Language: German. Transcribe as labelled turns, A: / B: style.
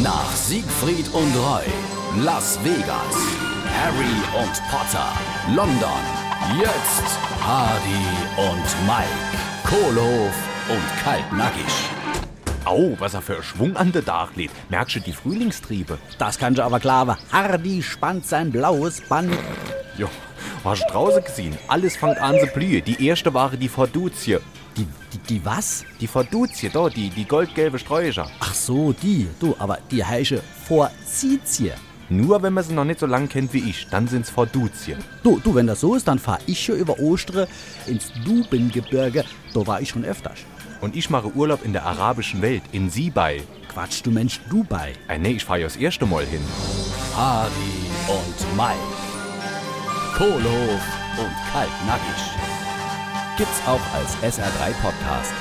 A: Nach Siegfried und Roy, Las Vegas, Harry und Potter, London, jetzt Hardy und Mike, Kohlhof und Kaltnackig.
B: Au, was er für Schwung an der Dach lädt. Merkst du die Frühlingstriebe?
C: Das kann ich aber klar, aber Hardy spannt sein blaues Band.
B: Jo, hast du draußen gesehen? Alles fängt an zu blühen. Die erste war die Forduzie.
C: Die, die, die was?
B: Die Forduzie, da, Oh, die, die goldgelbe Sträucher.
C: Ach so, die. Du, aber die heiße Forsythie.
B: Nur wenn man sie noch nicht so lang kennt wie ich, dann sind's Forduzie.
C: Du, du, wenn das so ist, dann fahr ich hier über Ostre ins Dubengebirge. Da war ich schon öfters.
B: Und ich mache Urlaub in der arabischen Welt, in Sibai.
C: Quatsch, du Mensch, Dubai.
B: Äh, nee, ich fahre ja das erste Mal hin.
A: Hardy und Mike, Kohlhof und Kaltnackig. Gibt's auch als SR3 Podcast.